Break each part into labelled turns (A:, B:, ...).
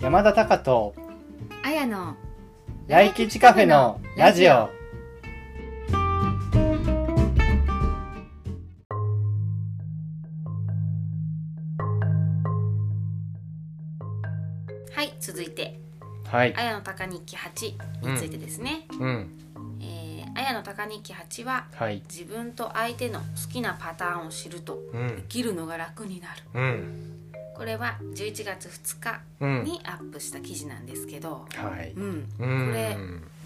A: 山田隆と
B: あやの
A: 来吉カフェのラジオ
B: はい続いて
A: はい
B: あやの高日記8についてですね、
A: うん
B: えー、あやの高日記8は
A: はい
B: 自分と相手の好きなパターンを知ると
A: うん
B: 生きるのが楽になる
A: うん
B: これは11月2日
A: うん
B: にアップした記事なんですけど
A: はい
B: うん
A: うん
B: これ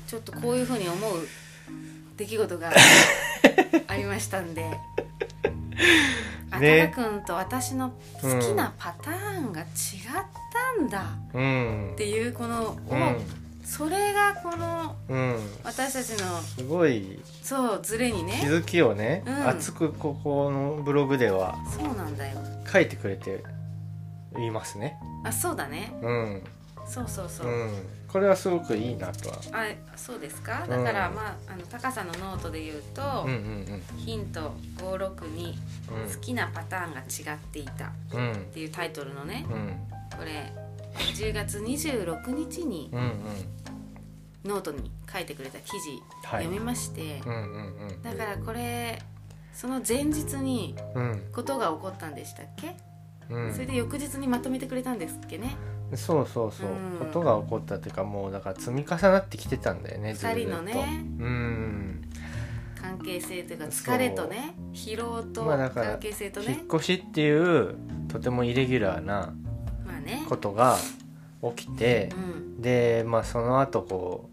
B: ちょっとこういうふうに思う出来 事がありましたんで。あたら
A: ね
B: くんと私の好きなパターンが違ったんだっ
A: うん
B: ていうこの、
A: うん
B: それがこの
A: うん
B: 私たちの
A: すごい
B: そうズレに
A: 気
B: ね
A: づきをね
B: うん
A: 熱くここのブログでは
B: そうなんだよ
A: 書いてくれていますね
B: あそうだね
A: うん
B: そうそうそうう、
A: んこれはすごくいいなとは
B: あそうですか
A: うん
B: だから、まああの高さんのノートで言うと、
A: うんうん
B: ヒント56に好きなパターンが違っていたっ
A: うんうん
B: ていうタイトルのね
A: うん
B: これ10月26日に
A: うんうん
B: ノートに書いてくれた記事
A: はい
B: 読
A: う
B: み
A: ん
B: まして、
A: うんうん
B: だからこれその前日に
A: うん
B: ことが起こったんでしたっけ、
A: うん
B: それで翌日にまとめてくれたんですっけね
A: そうそうそう、
B: うん
A: ことが起こったっていうかもうだから積み重なってきてたんだよね
B: 2
A: ずっ
B: 人の
A: と
B: ね
A: うん
B: 関係性というか疲れとね疲労と
A: まあだから
B: 関係性と
A: 引っ
B: ね
A: 越しっていうとてもイレギュラーな
B: まあね
A: ことが起きて
B: う、ん
A: でまあその後こ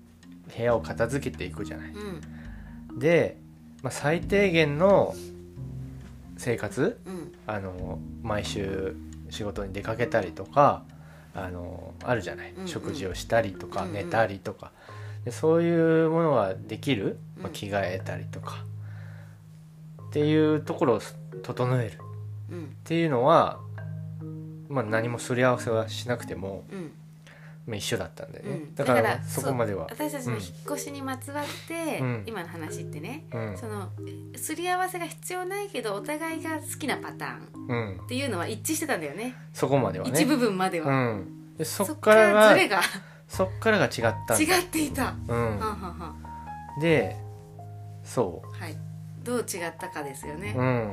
A: う部屋を片付けていくじゃない
B: うん
A: で、まあ、最低限の生活
B: うん
A: あの毎週仕事に出かけたりとかあのあるじゃない、
B: うんうん
A: 食事をしたりとか、
B: うんうん
A: 寝たりとかでそういうものができる、ま
B: う
A: あ、
B: ん
A: 着替えたりとか、っていうところを整えるっ
B: うん
A: ていうのは、まあ、何もすり合わせはしなくても、
B: うん
A: まあ、一緒だったんだよね、
B: うん
A: だから
B: だから
A: そこまでは。
B: 私たちの引っ越しにまつわって、
A: うん
B: 今の話ってね
A: うん
B: そのすり合わせが必要ないけどお互いが好きなパターンっ
A: うん、
B: ていうのは一致してたんだよね
A: そこまでは
B: 一
A: ね、
B: 部分まで
A: う
B: は、
A: ん、でそっから
B: そっ
A: が
B: ズレが
A: そっからが違ったんだ
B: 違っていた、は
A: うん
B: ん、はんはん
A: でそう
B: はいどう違ったかですよね
A: う
B: うんん、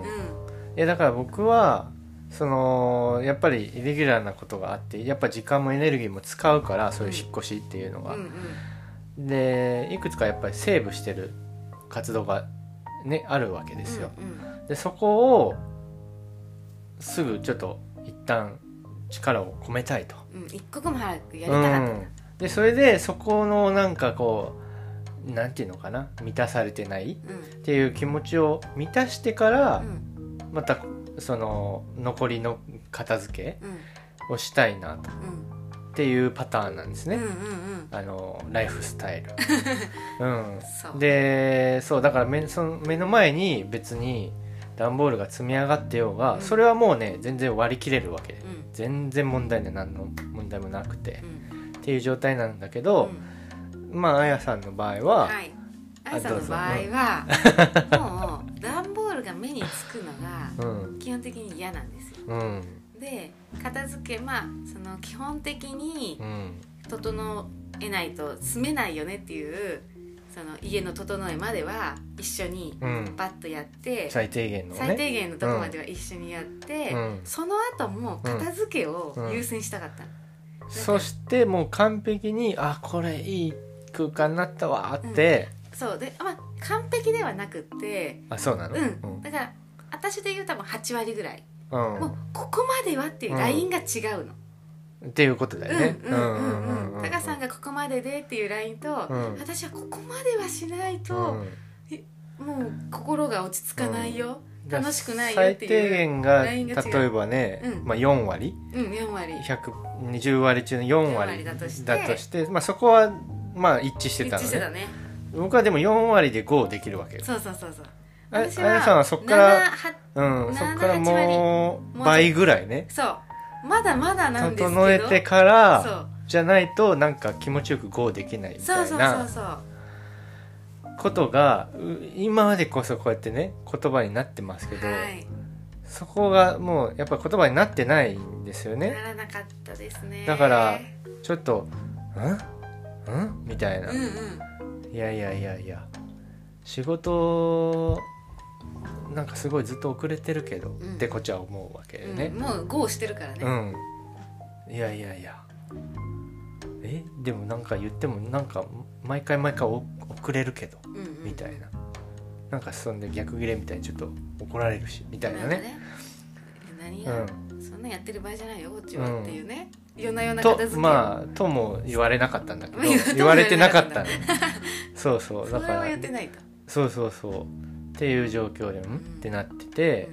A: いやだから僕はそのやっぱりイレギュラーなことがあってやっぱ時間もエネルギーも使うからそういう引っ越しっていうの
B: うん
A: が、
B: うん
A: でいくつかやっぱりセーブしてる活動がねあるわけですよ、
B: うん
A: でそこをすぐちょっと一旦力を込めたいと
B: うんうん一刻も早くやりたかったん
A: う
B: だ
A: ん、でそれでそこのなんかこうなんていうのかな満たされてないっていう気持ちを満たしてから、
B: うん
A: またその残りの片付
B: うん
A: けをしたいなと
B: うん
A: っていうパターンなんです
B: うんうん
A: ね、
B: うん
A: あのライフスタイ ル。う
B: そ
A: ん、
B: う
A: でそうだから目その目の前に別に段ボールが積み上がってようが、
B: うん
A: それはもうね全然割り切れるわけで
B: うん
A: 全然問題ね何の問題もなくて
B: う、ん
A: っていう状態なんだけ
B: う
A: ど、
B: ん
A: まああやさんの場合は、
B: はいあやさん
A: ど
B: の
A: うぞ
B: 場合はもう段ボールが目につくのが
A: うん
B: 基本的に嫌なんですよ
A: うん
B: で片付けまあその基本的に
A: うん
B: 整えないと住めないよねっていうその家の整えまでは一緒に
A: うん
B: バッとやって、
A: 最低限のね
B: 最低限のとこまでは一緒にやって、
A: うん
B: その後も片付けを優先したかったの、
A: そしてもう完璧にあこれいい空間になったわーって、
B: そうでまあ完璧ではなくって
A: あそうなの
B: うん、だから私で言う多分8割ぐらい、
A: うん
B: もうここまではっていうラインが違うの、
A: っていうことだよね
B: うんうんうんうん
A: う
B: タカさんがここまででっていうラインと、
A: うん
B: 私はここまではしないと、もう心が落ち着かないよ、楽しくないよって
A: 最
B: いう
A: 低限が
B: ラインが違う
A: 例えばね、
B: うん
A: まあ、4割
B: うん4割
A: 120割中の4割
B: 4割だとして
A: だとして、まあ、そこはまあ一致し
B: 一
A: てた
B: 致
A: のね
B: してたね
A: 僕はでも4割で5できるわけよ
B: そうそうそうそう
A: ああや
B: 私は
A: さんはそっから
B: 7 8
A: うん、
B: 7
A: そっからもう倍ぐらいね
B: そうまだまだなんですけど
A: 整えてか
B: そ
A: ら
B: う
A: じゃないとなんか気持ちよく GO できないみ
B: そう
A: たい
B: そうそう
A: な
B: そう
A: ことがう今までこそこうやってね言葉になってますけど、
B: はい
A: そこがもうやっぱ言葉になってないんですよ
B: な
A: ね
B: らなかったですね
A: だからちょっと「んん?」みたいな、
B: うんうん
A: いやいやいやいや仕事なんかすごいずっと遅れてるけど、
B: ん
A: ってこっちは思うわけで
B: うん
A: ね、
B: もう GO してるから
A: う
B: ね、
A: ん、いやいやいやえでもなんか言ってもなんか毎回毎回お遅れるけど
B: うんうん
A: みたいな、なんかそんで逆ギレみたいにちょっと怒られるしみたいな
B: なんか
A: ね。
B: 何
A: う
B: が、
A: ん、
B: そんなんやってる場合じゃないよこっちは、
A: うん
B: っていうね夜な夜な片
A: と
B: 付け、
A: まあとも言われなかったんだけど
B: 言われて
A: 言われてなかった
B: な
A: の そうそう
B: そ
A: だか
B: れは
A: ら
B: 言ってないと、
A: そうそうそうっていう状況でん、
B: ん
A: ってなって
B: うん
A: て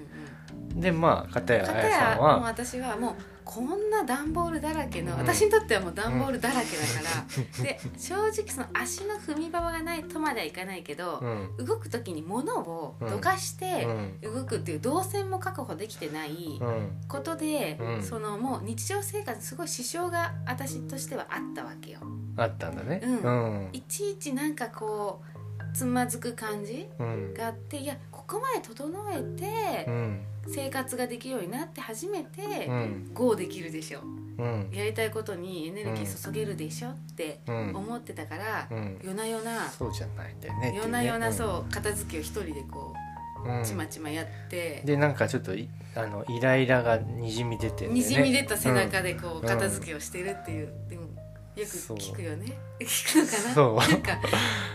B: う、ん
A: でまあ片や
B: 片
A: あやさん
B: やもう
A: は
B: 私はもうこんな段ボールだらけの、
A: うん
B: 私にとってはもう段ボールだらけだから、で正直その足の踏み場がないとまではいかないけど
A: う、ん
B: 動く時に物をどかして
A: うん
B: 動くっていう動線も確保できてない
A: うん
B: ことで、
A: うん
B: そのもう日常生活にすごい支障が私としてはあったわけよ。
A: あったんだね
B: うん
A: うん
B: いちいちなんかこうつまずく感じ
A: うん
B: があっていやここまで整え
A: う
B: て
A: ん
B: 生活ができるようになって初めて
A: うん
B: ゴーできるでしょ
A: うん
B: やりたいことにエネルギー注げるでしょって
A: うん
B: 思ってたから
A: うん
B: 夜な夜な
A: そうじゃないんだよねっていう
B: 夜
A: ね
B: な夜なそう片付けを一人でこ
A: うんうん
B: うちまちまやって
A: でなんかちょっといあのイライラがにじみ出てんだよね
B: にじみ出た背中でこ
A: ん
B: う片付けをしてるっていうでもよく
A: そう
B: 聞くよね 聞く
A: そう
B: のかななんか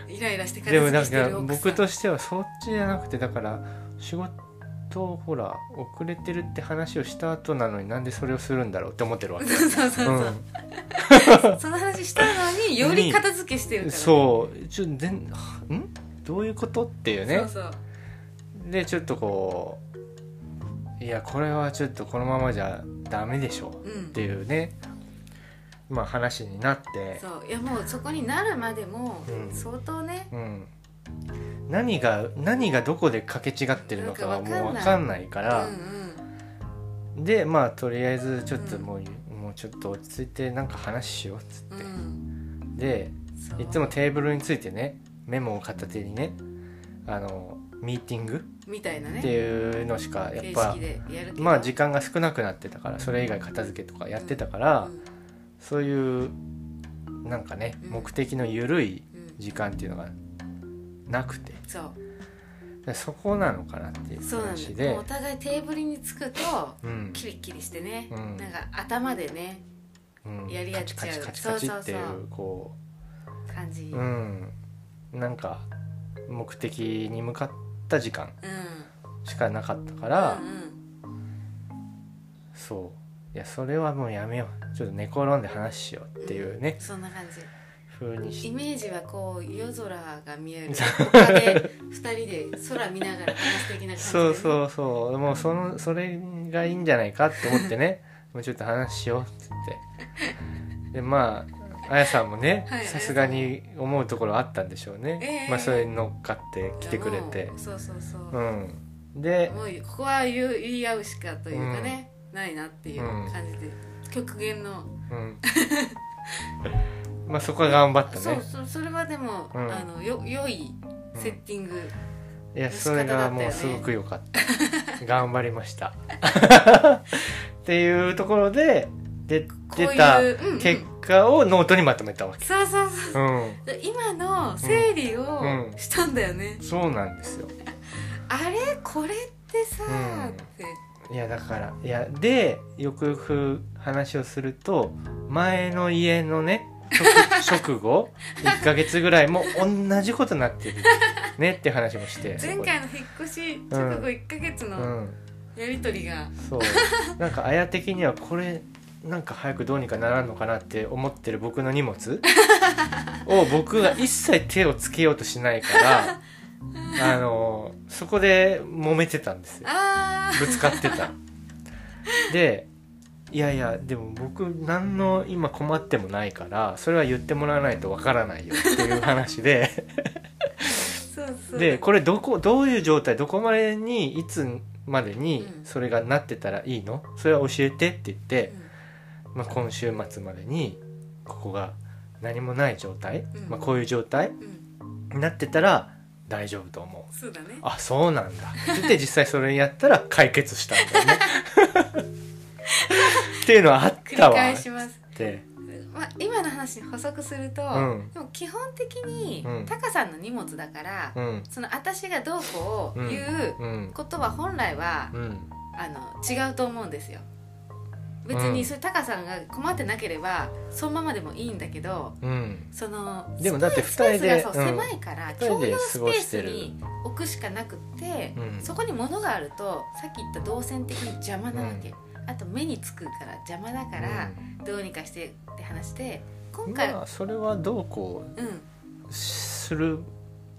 B: イライラして
A: で
B: 片
A: も
B: 付
A: な
B: け
A: ん
B: して
A: か
B: る奥さ
A: 僕
B: ん
A: としてはそっちじゃなくてだから仕事をほら遅れてるって話をした後なのになんでそれをするんだろうって思ってるわけ
B: そうそうそうそう、
A: う
B: その話したのにより片付けしてるか
A: ん、
B: ら、ね、
A: そうちょっと全はんどういうことっていうね
B: そうそう
A: でちょっとこういやこれはちょっとこのままじゃダメでしょ
B: う
A: っ
B: ん
A: ていうねまあ話になって
B: そういやもうそこになるまでも
A: うん
B: 相当ね、
A: うん、何が何がどこでかけ違ってるのかはもう分かんないか
B: うん、う
A: ら
B: ん
A: でまあとりあえずちょっともう,、もうちょっと落ち着いてなんか話しようっつっ
B: う
A: て、
B: ん
A: で
B: そう
A: いつもテーブルについてねメモを片手にねあのミーティング
B: みたいなね
A: っていうのしかやっ
B: 形
A: ぱ
B: 式でやるけど
A: まあ時間が少なくなってたからそれ以外片付けとかやってたから、
B: うん
A: そういうなんかね
B: うん
A: 目的の緩い
B: うん
A: 時間っていうのがなくて
B: そう
A: でそこなのかなっていう
B: そうなんだ
A: 話
B: よ
A: で
B: もうお互いテーブルにつくと
A: うん
B: キリキリしてね、
A: うん
B: なんか頭でね
A: うん
B: やり合っちゃう
A: カチカチカチカチってい
B: そうそう
A: うこ
B: 感じ
A: ううんなんか目的に向かった時間
B: うん
A: しかなかったから
B: うん
A: そういやそれはもうやめようちょっと寝転んで話しようっていうね
B: うんそんな感じ
A: 風にし
B: イメージはこう夜空が見 える他で2人で空見ながら話す的な感じでね、
A: そうそうそうもうそのそれがいいんじゃないかって思ってね もうちょっと話しようっつってでまああやさんもね
B: はい
A: さすがに思うところあったんでしょうね、
B: ええ
A: まあそれに乗っかって来てくれて
B: もうそうそうそう、
A: うんで
B: もうここは言う言い合うしかというかね、ないなっていう感じで、極限の、
A: うんまあそこは頑張った
B: そ
A: ね
B: うそうそれはでも、
A: うん
B: あのよ良い
A: うん
B: セッティング、
A: いやそれがもうすごく良かった、頑張りました っていうところでで
B: こう
A: 出
B: いう
A: た
B: うんうん
A: 結果をノートにまとめたわけ
B: そうそうそう
A: うん
B: 今の整理を
A: うんうん
B: したんだよね、
A: そうなんですよ
B: あれこれってさ、
A: うん
B: って
A: いやだからいやでよくよく話をすると前の家のね 食食後1ヶ月ぐらいも同じことになってるねって話もして
B: 前回の引っ越し直後1ヶ月
A: う
B: の
A: ん
B: やり取りが、
A: そうなんか綾的にはこれなんか早くどうにかならんのかなって思ってる僕の荷 物を僕が一切手をつけようとしない からあのそこで揉めてたんですよ
B: あ
A: ぶつかってたでいやいやでも僕何の今困ってもないからそれは言ってもらわないとわからないよっていう話で
B: あそうそう
A: でこれどこどういう状態どこまでにいつまでに
B: うん
A: それがなってたらいいのそれは教えてって言って、
B: う
A: まあ、今週末までにここが何もない状態、
B: うん
A: まあ、こういう状態
B: んうん
A: になってたら大丈夫と思う
B: そうだね
A: あそうなんだって言って実際それやったら解決した んだよねっていうのはあっ
B: 繰り
A: たわ
B: 返します
A: って
B: ままあ、今の話に補足すると、
A: うん
B: でも基本的に、
A: うん
B: タカさんの荷物だから、
A: うん
B: その私がどうこう言う
A: うん
B: ことは本来は、
A: うん
B: あの違うと思うんですよ別にそれタカさんが困ってなければそのままでもいいんだけど
A: うん
B: その
A: でもだって
B: スペースが
A: 二人で
B: そう
A: うん
B: 狭いから
A: 二人
B: 共
A: で
B: 有ス
A: 過
B: ペース
A: ごして
B: に置くしかなくって、
A: うん
B: そこに物があるとさっき言った動線的に邪魔なわけよ、あと目につくから邪魔だから、どうにかしてって話で
A: うん
B: 今回、
A: まあそれはどうこ
B: う
A: うする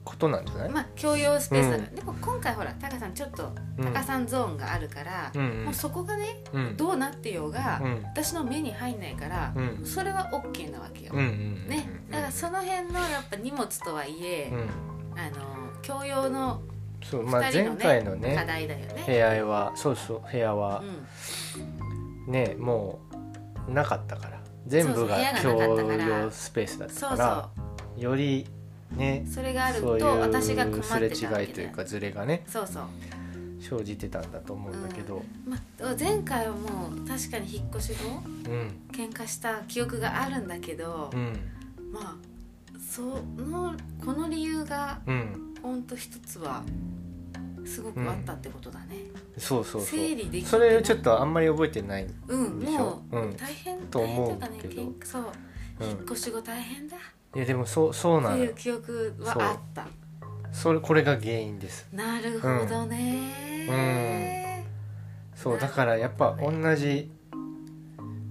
A: ことなんじゃない、
B: んまあ共用スペースだから、
A: う
B: でも今回ほらタカさんちょっと
A: うん
B: タカさんゾーンがあるから、
A: うんうん
B: もうそこがね
A: うん
B: どうなってようが、
A: うん
B: 私の目に入んないから、
A: うん
B: それは OK なわけよ、
A: うんうん
B: ね、だからそ
A: の
B: の辺のやっぱ荷物とはいえ、
A: うん
B: あの共用の
A: そうまあ
B: 2人の、
A: 前
B: ね
A: 回の
B: 課
A: ね
B: 題だよね
A: 部屋はそうそう部屋は
B: うん
A: ねもうなかったから全部が
B: そうそう部屋が
A: 共
B: なかったから
A: 用スペースだった
B: そ
A: か
B: う
A: ら
B: そ
A: よりね
B: うそれがある
A: そう
B: と私が困
A: いう
B: っ
A: すれ
B: てたわ
A: 違い
B: け
A: とい
B: で
A: うかズレがね
B: そうそう、
A: 生じてたんだと思うんだけど
B: まあ、前回はもう確かに引っ越し後
A: うん
B: 喧嘩した記憶があるんだけど
A: う、ん
B: まあそのこの理由が
A: うん
B: ほんと一つはすごくあったってことだね、
A: そうそうそう
B: 整理できてない
A: それちょっとあんまり覚えてない
B: うん
A: でしょ
B: もう
A: うん
B: 大変
A: と
B: 大変
A: 思
B: だ
A: う
B: ったね
A: けど
B: 喧嘩そう
A: うん
B: 引っ越し後大変だっ
A: いやでもそうそうな
B: て
A: の
B: いう
A: よ
B: 記憶はあった
A: それこれが原因です
B: なるほどね、
A: そう
B: な
A: だからやっぱ同じ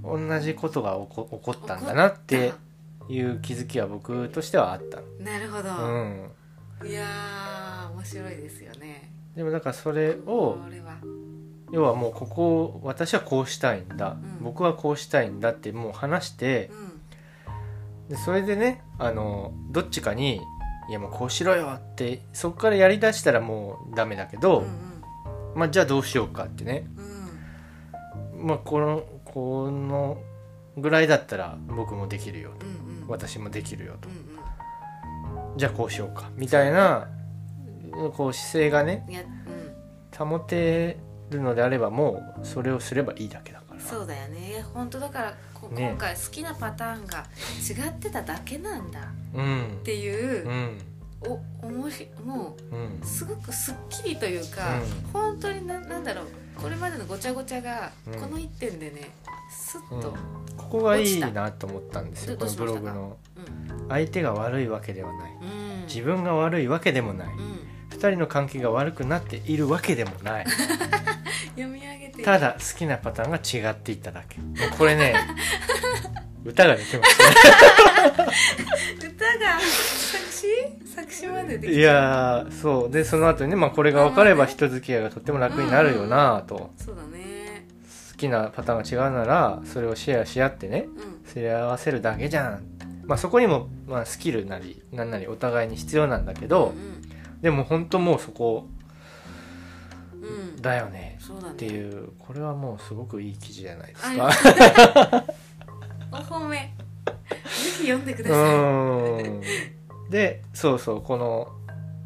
A: 同じことが起こ起こったんだなっていう気づきは僕としてはあった
B: なるほど、
A: のうん
B: いやー面白いですよね
A: でもだからそれを
B: これは
A: 要はもうここを私はこうしたいんだ、
B: うん
A: 僕はこうしたいんだってもう話して
B: うん
A: でそれでねあのどっちかに「いやもうこうしろよ」ってそこからやりだしたらもうダメだけど、
B: う
A: まあじゃあどうしようかってね
B: んうんうん
A: まあこのこのぐらいだったら僕もできるよと
B: うんうん
A: 私もできるよと
B: うん
A: じゃあこうしようかみたいなこう姿勢がね
B: うんいやうん
A: 保てるのであればもうそれをすればいいだけだから
B: そうだよね本当だからこ
A: ね
B: 今回好きなパターンが違ってただけなんだ
A: うん
B: っていうう、
A: ん
B: おおもしもう
A: うん
B: すごくすっきりというか、
A: うん
B: 本当にななんだろうこれまでのごちゃごちゃが
A: うん
B: この一点でねス
A: う
B: ッ
A: ん
B: と、
A: ここがいいなと思ったんですよこ
B: ど
A: のブログ
B: ど
A: の
B: うん
A: 相手が悪いわけではない
B: うん、
A: 自分が悪いわけでもない
B: うん、
A: 二人の関係が悪くなっているわけでもない
B: 読み上げて
A: ただ好きなパターンが違っていただ けもうこれね歌ができま し
B: 歌が作詞作詞までで
A: た
B: き
A: ね
B: た
A: いやーそうでその後にね、まあ、これが分かれば人付き合いがとっても楽になるよなぁと、
B: そうだね
A: 好きなパターンが違うならそれをシェアし合ってね
B: うん
A: すり合わせるだけじゃんまあそこにも、まあ、スキルなりなんなりお互いに必要なんだけど、でも本当もうそこ
B: うん、うん、
A: だよね
B: そうだね
A: っていうこれはもうすごくいい記事じゃないです
B: あ
A: か。
B: お褒めぜひ読んでく
A: う
B: ださ
A: ーんでそうそうこの、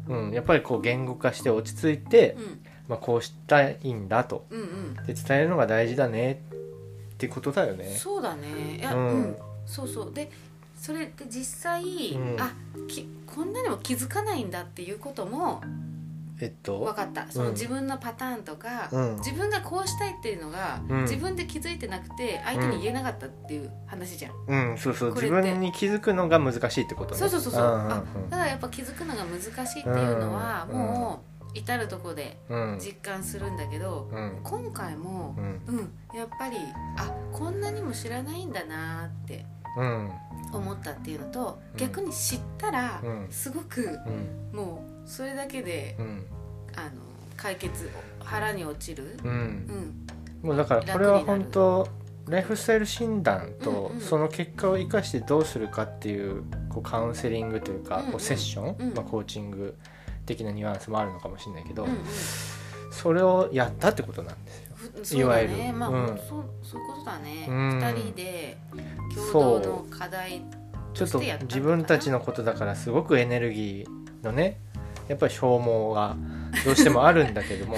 A: うん、やっぱりこう言語化して落ち着いて
B: い、うん、
A: まあ、こうしたいんだと
B: うんうん
A: で伝えるのが大事だねってことだよね。
B: そうだねいや、
A: う
B: うんんそうそうでそれで実際、
A: うん
B: あきこんなにも気づかないんだっていうことも
A: えっ
B: 分
A: と
B: かったそ
A: う
B: の
A: ん
B: 自分のパターンとか、
A: うん
B: 自分がこうしたいっていうのが、
A: うん
B: 自分で気づいてなくて相手に言えなかったっていう話じゃん、
A: うんそうそう
B: こ
A: 自
B: れって
A: 分に気づくのが難しいってことね。
B: そうそうそうそう、
A: ん
B: あだからやっぱ気づくのが難しいっていうのは、
A: うん
B: もう至る所で
A: うん
B: 実感するんだけど、
A: うん
B: 今回も
A: う、ん
B: うんやっぱりあこんなにも知らないんだなって
A: うん
B: 思ったっていうのと、
A: うん
B: 逆に知ったら、
A: うん
B: すごく
A: うん
B: もうそれだけで、
A: うん
B: あの解決腹に落ちる、
A: うん
B: うん
A: もうだからこれは本当ライフスタイル診断と
B: うんうん
A: その結果を生かしてどうするかっていうこうカウンセリングというか
B: うんうん
A: こうセッション、
B: うん
A: まあ、コーチング的なニュアンスもあるのかもしれないけど、
B: うんうん
A: それをやったってことなんですよ。
B: ふそう
A: いわ
B: だ
A: ゆる
B: ねまあ、
A: うん
B: そうそういうことだね、
A: うん
B: 二人で共同の課題
A: ちょっと
B: そしてやったのか
A: 自
B: な
A: 分たちのことだからすごくエネルギ ーのねやっぱり消耗がどうしてもあるんだけども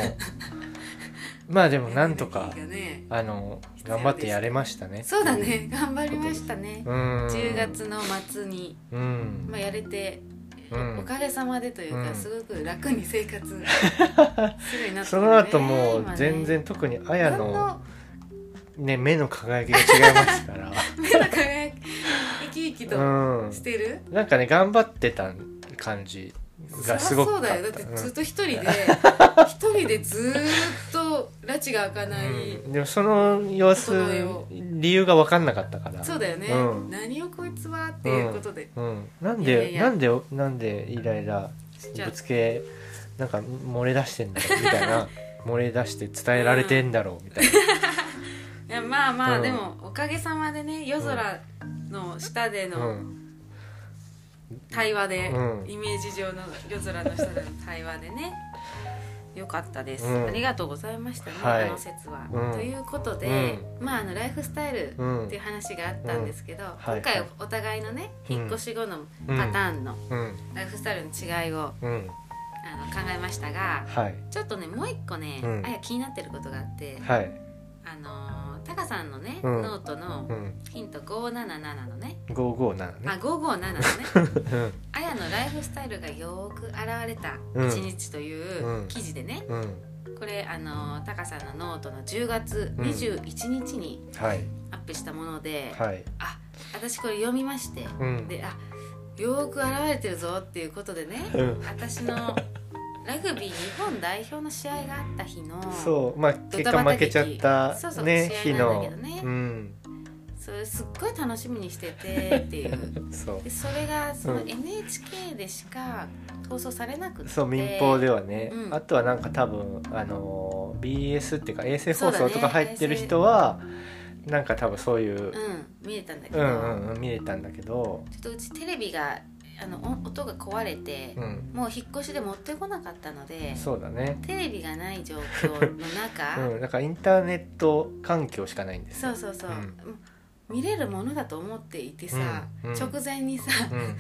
A: まあでもなんとか
B: エネルギーがね
A: あの
B: 必要
A: 頑張ってやれましたね
B: そうだね頑張りましたね
A: うん
B: 10月の末に、
A: うん
B: まあ、やれて、
A: うん
B: おかげさまでというか、
A: うん
B: すごく楽に生 活するようになったね
A: その後もう
B: 今ね
A: 全然特にあ
B: 何
A: やの
B: の
A: ね目の輝きが違いますから
B: 目の輝き生き生きと
A: うん
B: してる、
A: なんかね頑張ってた感じがすごく
B: そ
A: あ
B: りゃそうだよだ
A: っ
B: ったて
A: うん
B: ずっと 一人で一人でずーっと拉致が開かない、
A: うんでもその様子
B: 整えを
A: 理由が分かんなかったから
B: そうだよね、
A: うん
B: 何をこいつはっていうことで、
A: うん、なん
B: いや
A: で
B: いや
A: なんでなんでイライラ
B: じゃあ
A: ぶつけなんか漏れ出してんだろうみたい な漏れ出して伝えられてんだろうみたい
B: いやまあまあ、
A: うん
B: でもおかげさまでね夜空の下で
A: な、う
B: の
A: ん、
B: 対話で、
A: うん
B: イメージ上の夜空の下での対話でねよかったです、
A: うん
B: ありがとうございましたね、
A: はい
B: この説は、
A: うん
B: ということで、まああのライフスタイル
A: う
B: ってい
A: ん
B: う話があったんですけど、
A: はい
B: 今回お互いのね
A: うん
B: 引っ越し後のパターンの
A: うん
B: ライフスタイルの違いをあの
A: うん
B: 考えましたが
A: はい
B: ちょっとねもう一個ね、
A: うん
B: あや気になってることがあって、
A: はい
B: あのータカさんのね、
A: うん
B: ノートの
A: うん
B: ヒント577のね、
A: 557
B: あ
A: ね
B: 557のね
A: うん
B: あやのライフスタイルがよーく現れた
A: うん
B: 一日という
A: うん
B: 記事でね、
A: うん
B: これあのータカさんのノートの10月
A: うん
B: 21日に
A: はい
B: アップしたもので、
A: はい
B: あ私これ読みまして、
A: うん
B: であよーく現れてるぞっていうことでね、
A: うん
B: 私のラグビー日本代表の試合があった日の
A: そうまあ結果負けちゃっ
B: そうそ
A: た
B: う
A: ね
B: 試
A: 日
B: 合なん
A: の
B: だけどね
A: うん
B: それすっごい楽しみにしててってい う
A: そう
B: でそれがその
A: うん
B: NHK でしか放送されなくて
A: そう民放ではね、
B: うん
A: あとはなんか多分あのー BS っていうか衛星放
B: そうだ
A: 送
B: ね
A: とか入ってる人は、なんか多分そういう、
B: うん見れたんだけ
A: う
B: ど、
A: んうんうん見れたんだけど、
B: ちょっとうちテレビがあの音音が壊れて
A: う、ん、
B: もう引っ越しで持ってこなかったので
A: そうだね、
B: テレビがない状況の
A: う
B: 中、
A: ん、だからインターネット環境しかないんです
B: そ
A: よ
B: うそうそう、
A: うん
B: 見れるものだと思っていてさ、
A: うんうん
B: 直前にさ、
A: うん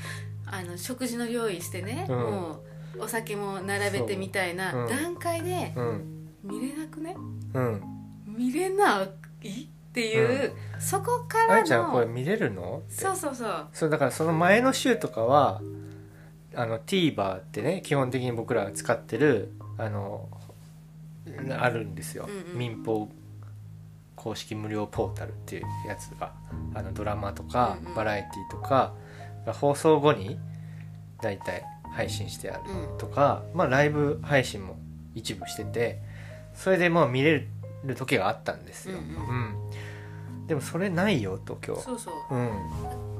B: あの食事の用意してね、
A: うん
B: もうお酒も並べてみたい
A: そうう
B: なん段階で
A: うん
B: 見れなくね
A: うん
B: 見れないっていう、そこか
A: あ
B: ら
A: やちゃんこれ
B: の
A: 見れるのって
B: そうそうそう
A: そうだからその前の週とかはあの TVer ってね基本的に僕らが使ってるあのあるんですよ、
B: うんうん
A: 民放公式無料ポータルっていうやつがあのドラマとか
B: うんうん
A: バラエティとかが放送後に大体配信してある
B: うん
A: とか、まあ、ライブ配信も一部しててそれでもう見れる時があったんですよ、
B: うん
A: うんでもそれないよと今日
B: そうそう
A: う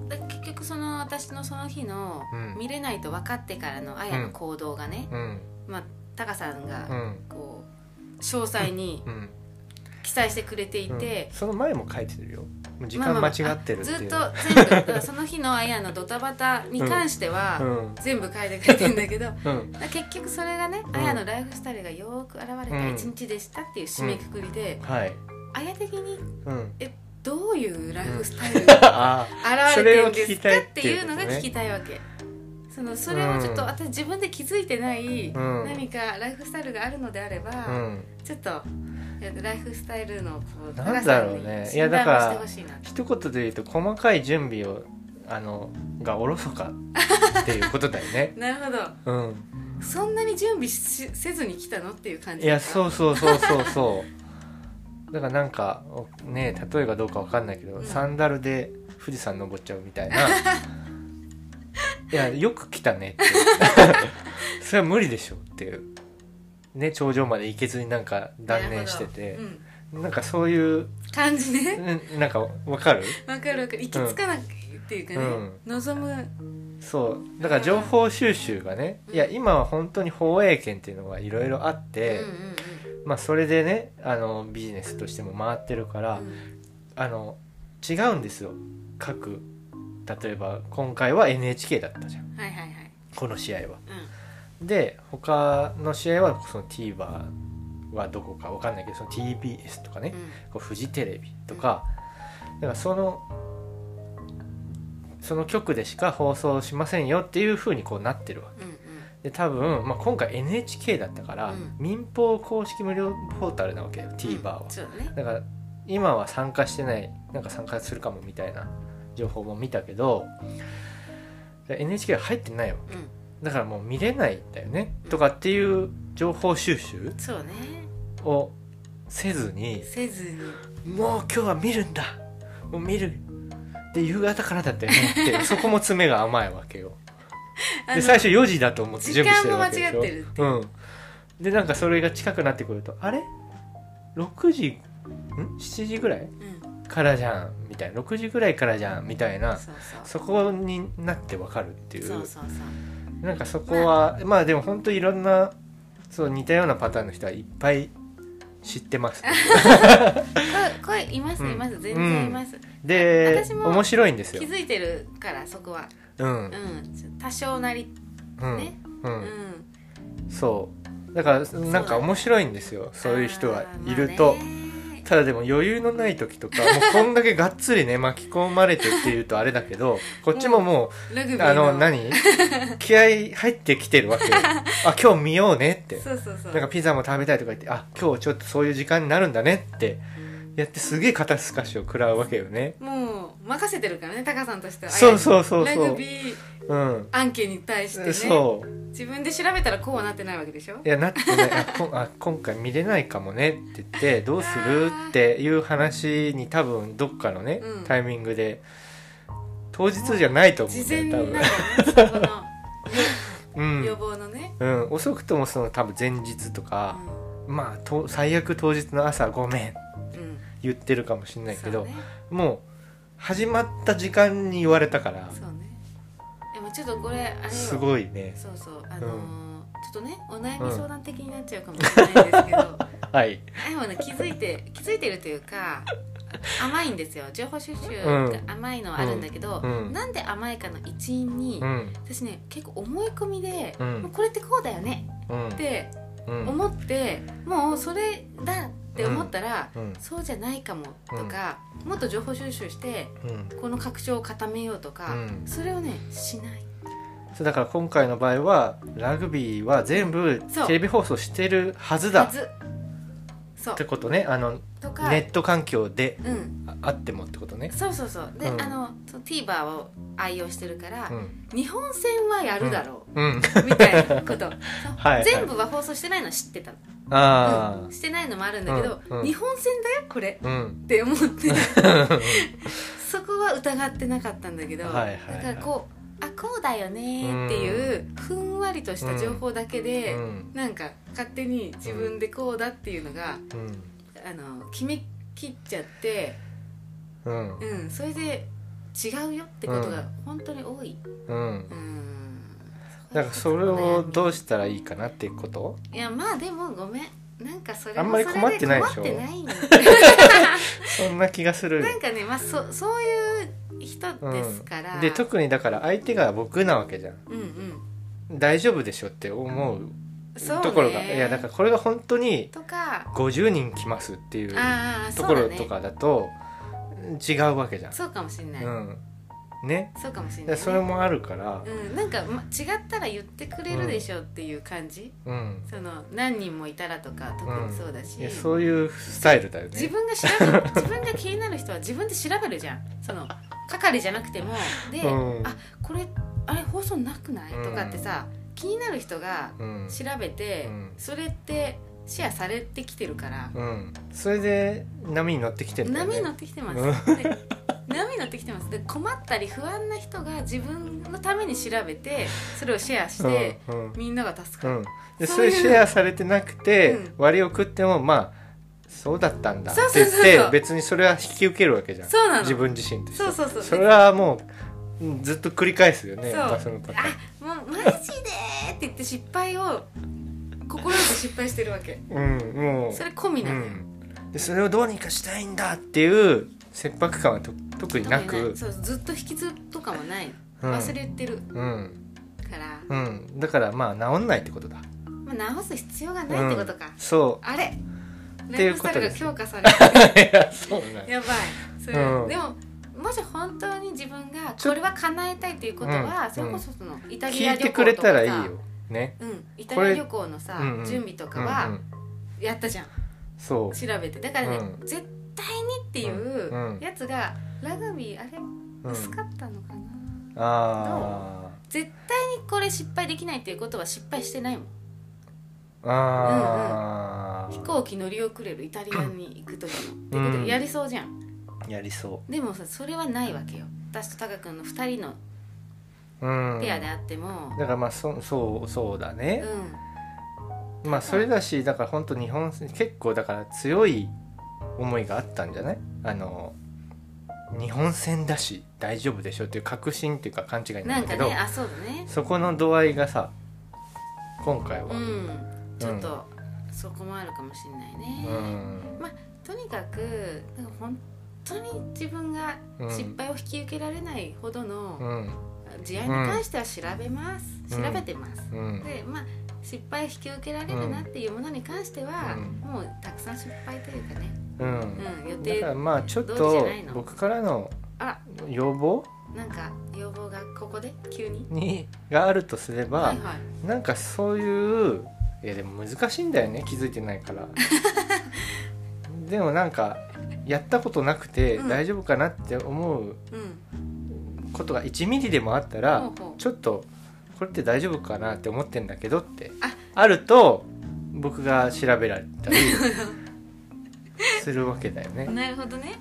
A: ん
B: だ結局その私のその日の
A: うん
B: 見れないと分かってからのあやの行動がね、
A: うん
B: まあタカさん
A: う
B: が
A: ん
B: こう詳細に
A: うん
B: 記載してくれていて、
A: その前も書いてるよもう時
B: まあ
A: 間
B: まあ
A: 間違ってるって
B: あず
A: い
B: っ
A: う、
B: と全部だからその日のあやのドタバタに関しては、
A: うん
B: 全部書いてくれてんだけど
A: うん
B: 結局それがね、
A: ん
B: あやのライフスタイルがよーく現れた一日でしたっていう締めくくりで、
A: はい
B: あや的に
A: うん
B: えどういうライフスタイルが
A: あ
B: 現れてるんで
A: それを聞
B: すか
A: きたい
B: っていうのが聞きたいわけ。そのそれをちょっと
A: うん
B: 私自分で気づいてない
A: うん
B: 何かライフスタイルがあるのであれば、
A: あうん
B: ちょっといやライフスタイルのこう
A: なんだろうね
B: いやだ
A: いやだから
B: からしてほしいな
A: 一言で言うと細かい準備をあのがおろそかっていうことだよ ね
B: なるほど
A: うん
B: そんなに準備しせずに来たのっていう感じ
A: いやそううそうそうそうそうだからなんかおね例えがどうかわかんないけど、
B: うん
A: サンダルで富士山登っちゃうみたいないやよく来た ねってそれは無理でしょっていうね頂上まで行けずになんか断念してて
B: う、ん、
A: なんかそういう
B: 感じね
A: うんなんかわかる
B: わかるわかる行き着かなくっていうかね、
A: うん
B: 望む
A: そうだから情報収集がね、
B: うん
A: いや今は本当に放映権っていうのがいろいろあっ
B: うん
A: て、まあそれでねあのビジネスとしても回ってるから、
B: うん
A: あの違うんですよ各例えば今回は NHK だったじゃん
B: うんはいはいはい
A: この試合は
B: うん
A: で他の試合はその TVer はどこかわかんないけどその TBS とかね、こうフジテレビとか、だからそのその局でしか放送しませんよっていう風にこうなってるわけ
B: うんうん
A: で多分、まあ、今回 NHK だったから、
B: うん
A: 民放公式無料ポータルなわけよ TVer は
B: うん、そうだね
A: だから今は参加してないなんか参加するかもみたいな情報も見たけど NHK が入ってないわ
B: う
A: だからもう見れないんだよね
B: うん
A: とかっていう情報収集
B: んそうね
A: をせずに
B: せずに
A: もう今日は見るんだもう見るで夕方からだったよねって そこも詰めが甘いわけよ
B: あ
A: で
B: の
A: 最初4時だと思って準備してるわけ
B: 時
A: で
B: 間
A: し
B: も
A: ょ
B: 間違ってるって
A: うんでなんかそれが近くなってくるとあれ6時ん7時ぐらい
B: うん
A: からじゃんみたいな6時ぐらいからじゃんみたいな
B: そうそ
A: そ
B: う
A: こになってわかるっていう
B: そうそうそう
A: なんかそこはまあでも本当いろんなそう似たようなパターンの人はいっぱい知って ます、
B: こ声います
A: うん
B: います、全然います、
A: で
B: 私も
A: 面白いんですよ
B: 気、づいてるからそこは
A: うん
B: うんちょ多少なり
A: うん
B: ね
A: う
B: うん、
A: ん、そうだからなんか面白いんですよそういう人はいると
B: あ。ーまあね
A: ただでも余裕のない時とかもうこんだけがっつりね 巻き込まれてっていうとあれだけどこっちもも
B: ラグビ
A: う
B: ーの
A: あの 何気合入ってきてるわけよあ今日見ようねって
B: そうそうそう
A: なんかピザも食べたいとか言ってあ今日ちょっとそういう時間になるんだねってやってすげえ肩透かしを食らうわけよね
B: もう任せてるからねタカさんとしては
A: そうそうそうそ
B: ラグ
A: う
B: ビー
A: うん
B: 案件に対してね
A: そう
B: 自分で調べたらこうはなってないわけでしょ
A: いやなってねあこあ今回見れないかもねって言って どうするっていう話に多分どっかのね、
B: うん
A: タイミングで当日じゃないと思うん
B: 事
A: だ
B: 前
A: よ
B: に
A: 多
B: なんか
A: 分
B: ねそこの
A: う
B: 予
A: ん、
B: 防のね、
A: うん、遅くともその多分前日とか、 まあと最悪当日の朝ごめん
B: うんうん
A: 言ってるかもしれないけ
B: そう
A: ど、
B: ね
A: もう始まった時間に言われたから
B: そうねでもちょっとこれあれよ
A: すごいね
B: そうそうあのー
A: うん
B: ちょっとねお悩み相談的になっちゃうかもしれないんですけど、
A: はい
B: でもね気づいて気づいてるというか甘いんですよ情報収集
A: うん
B: が甘いのはあるんだけど、
A: うんうん
B: なんで甘いかの一因に、
A: うん
B: 私ね結構思い込みで、
A: うん
B: もうこれってこうだよね
A: うん
B: って
A: うん
B: 思って、もうそれだって思ったら、
A: うん
B: そうじゃないかもとか、もっと情報収集して
A: うん
B: この拡張を固めようとか、
A: うん
B: それをねしない
A: そうだから今回の場合はラグビーは全部
B: そう
A: テレビ放送してるはずだ
B: は
A: っ
B: ずそう
A: てことねあの
B: とか、
A: ネット環境で
B: うん
A: ああってもってことね
B: そうそうそうで、
A: うん
B: あのそう TVer を愛用してるから、
A: うん
B: 日本戦はやるだろ
A: うん
B: う、みたい なことそう
A: はいはい
B: 全部は放送してないのは知ってたの、
A: あ
B: うんしてないのもあるんだけど、
A: うんうん
B: 日本戦だよこれ
A: あうん
B: って思って そこは疑ってなかったんだけど、
A: はいはいはい
B: だからこうあこうだよねっていうふんわりとした情報だけで、
A: うん
B: なんか勝手に自分でこうだっていうのが、
A: うん
B: あの決めきっちゃって。
A: うん
B: うん、それで違うよってことが本当に多い。
A: うん
B: うん。
A: だからそれをどうしたらいいかなっていうこと
B: いやまあでもごめん。なんかそれも
A: あんまり困ってないでしょ
B: それで困って
A: そんな気がする
B: ないなんかねまあそそういう人ですから。
A: で特にだから相手が僕なわけじゃん
B: うんうん。
A: 大丈夫でしょって思う
B: そうね。
A: ところが、いやだからこれが本当に
B: とか。
A: 50人来ますっていう
B: ああ
A: と
B: そ
A: こ
B: うだ
A: ろ
B: ね。
A: とかだと違うわけじゃん。
B: そうかもしれない。
A: うん、ね
B: そうかもしれ
A: だ
B: な
A: から
B: い、ね。
A: それもあるから、
B: うん、なんか、ま、違ったら言ってくれるでしょっていう感じ、
A: うん
B: その何人もいたらとか特にそうだし、
A: いやそういうスタイルだよ
B: 自
A: ね。
B: 分が調べる 自分が気になる人は自分で調べるじゃんその係じゃなくてもで、
A: うん
B: あこれあれ放送なくない、
A: うん
B: とかってさ気になる人が
A: うん
B: 調べて、
A: うん
B: それってシェアされてきてるから、
A: うん、それで波に乗ってきてるんだよね。
B: 波乗ってきてます、で波乗ってきてますで困ったり不安な人が自分のために調べてそれをシェアして、
A: うんうん
B: みんなが助
A: う
B: かる、
A: ん、でそ
B: そうい
A: れ
B: う
A: シェアされてなくて、
B: うん
A: 割を食ってもまあそうだったんだって
B: そうそう
A: 言
B: そ
A: っ
B: う
A: て
B: そう
A: 別にそれは引き受けるわけじゃん
B: そうなの
A: 自分自身として
B: そうそうそう
A: れはもううんずっと繰り返すよね
B: そう
A: やっぱそのパターン。
B: あもうマジでーって言って失敗を心して失敗してるわけ
A: うん、もう
B: それ込み
A: う
B: なのよ、
A: ん、でそれをどうにかしたいんだっていう切迫感はと特にな
B: 特に
A: く
B: そうずっと引きずとかもない、
A: うん
B: 忘れてる
A: うん、
B: から、
A: うん、だからまあ治んないってことだ。
B: まあ、直す必要がないってことか、
A: うん、 そ
B: あれ
A: てい
B: ライ
A: う
B: フス
A: こ
B: タイ
A: と
B: ル
A: で
B: が
A: す
B: 強化されて
A: ういやそうなん
B: るやばいそれ、
A: うん
B: でももし本当に自分が
A: ちょ
B: これは叶えたいということは、
A: うん
B: それこそそのイタリア
A: 聞い
B: 旅
A: て
B: 行
A: く
B: とか
A: れたらいいよ。ね
B: うん、イタリア旅行のさ、
A: うんうん
B: 準備とか
A: う
B: は
A: ん
B: やったじゃん、
A: うんそう
B: 調べてだからね、
A: う
B: 絶対にっていう
A: うんうん
B: やつがラグビーあれ
A: うん
B: 薄かったのかな、
A: あ
B: 絶対にこれ失敗できないっていうことは失敗してないもん
A: ーあー
B: 飛行機乗り遅れるイタリアに行く時のってこと
A: うん
B: でやりそうじゃん、
A: やりそ
B: でもさそれはないわけよ私とタカ君の2人の
A: ううん
B: ペアで
A: だ
B: あっても、
A: からまあそそうそうだ
B: う
A: ね、
B: ん
A: まあそれだしだから本当日本結構だから強い思いがあったんじゃないあの日本戦だし大丈夫でしょっていう確信っていうか勘違いな
B: なんん
A: だけ
B: か
A: ど
B: ねあそうだね
A: そこの度合いがさ今回は
B: う
A: うん、
B: んちょっとそこもあるかもしれないね、とにかくなんか本当に自分が
A: うん
B: 失敗を引き受けられないほど
A: う
B: の
A: ん
B: 事案に関しては調べます、
A: うん
B: 調べてます、
A: うん
B: でまあ失敗を引き受けられるなっていうものに関しては、
A: うん
B: もうたくさん失敗というかね、
A: う
B: うんん、予
A: だ
B: 定
A: からまあちょっ
B: どうじゃ
A: と
B: ないの
A: 僕からの
B: あら
A: 要望
B: なんか要望がここで急に
A: にがあるとすれば、
B: はいはい
A: なんかそういういやでも難しいんだよね気づいてない からでもなんかやったことなくて
B: うん
A: 大丈夫かなって思う
B: うん
A: ことが1ミリでもあったら、
B: ほうほう
A: ちょっとこれって大丈夫かなって思ってんだけどって
B: あ
A: あると僕が調べられた りするわけだよね。
B: なるほどね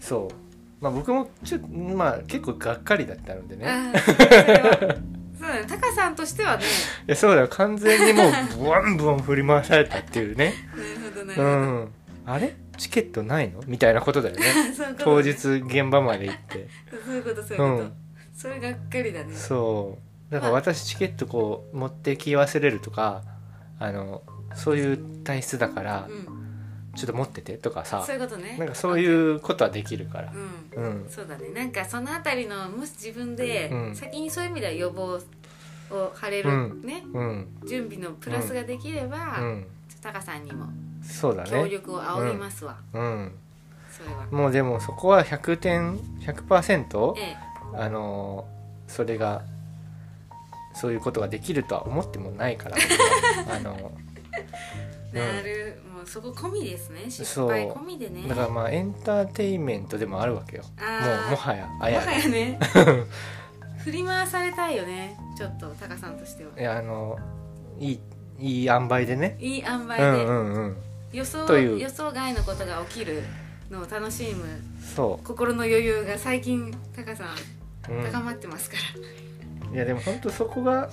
A: そうまあ僕もちょっとまあ結構がっかりだったのでね
B: あーそれはそうだねタカさんとしてはね
A: いやそうだよ完全にもうブワンブワン振り回されたっていう ね
B: なるほどな
A: う
B: るほど、
A: んあれチケットないのみたいなことだよ ね
B: そういうことね
A: 当日現場まで行って
B: そういう ことそういうこと、
A: うん
B: それがっかりだね
A: そうだから私チケットこう持ってき忘れるとかあのそういう体質だから
B: うん
A: ちょっと持っててとかさ
B: そういうことね
A: なんかそういうことはできるから
B: うん
A: うん
B: そうだねなんかそのあたりのもし自分で
A: うん
B: 先にそういう意味では予防を張れ
A: う
B: る
A: ん
B: ね
A: うん
B: 準備のプラスができれ
A: う
B: ば
A: ん
B: ちょっとタカさんにも
A: そうだ
B: 協
A: ね
B: 力を仰ぎますわ
A: うん
B: それは
A: もうでもそこは100点100%
B: ええ
A: あのーそれがそういうことができるとは思ってもない からあのうん
B: なるもうそこ込みですね失
A: そう
B: 敗込みでね
A: だからまあエンターテインメントでもあるわけよも
B: あー
A: うもはやあ
B: も
A: や
B: はや ね振り回されたいよねちょっとタカさんとしてはい
A: やあのいいいい塩梅でね
B: いい塩梅
A: う
B: で、
A: んうんうん
B: 予想
A: という
B: 予想外のことが起きるのを楽しむ
A: そ
B: 心の余裕が最近タカさん
A: う、うん
B: 高まってますから、
A: いやでも本当そこが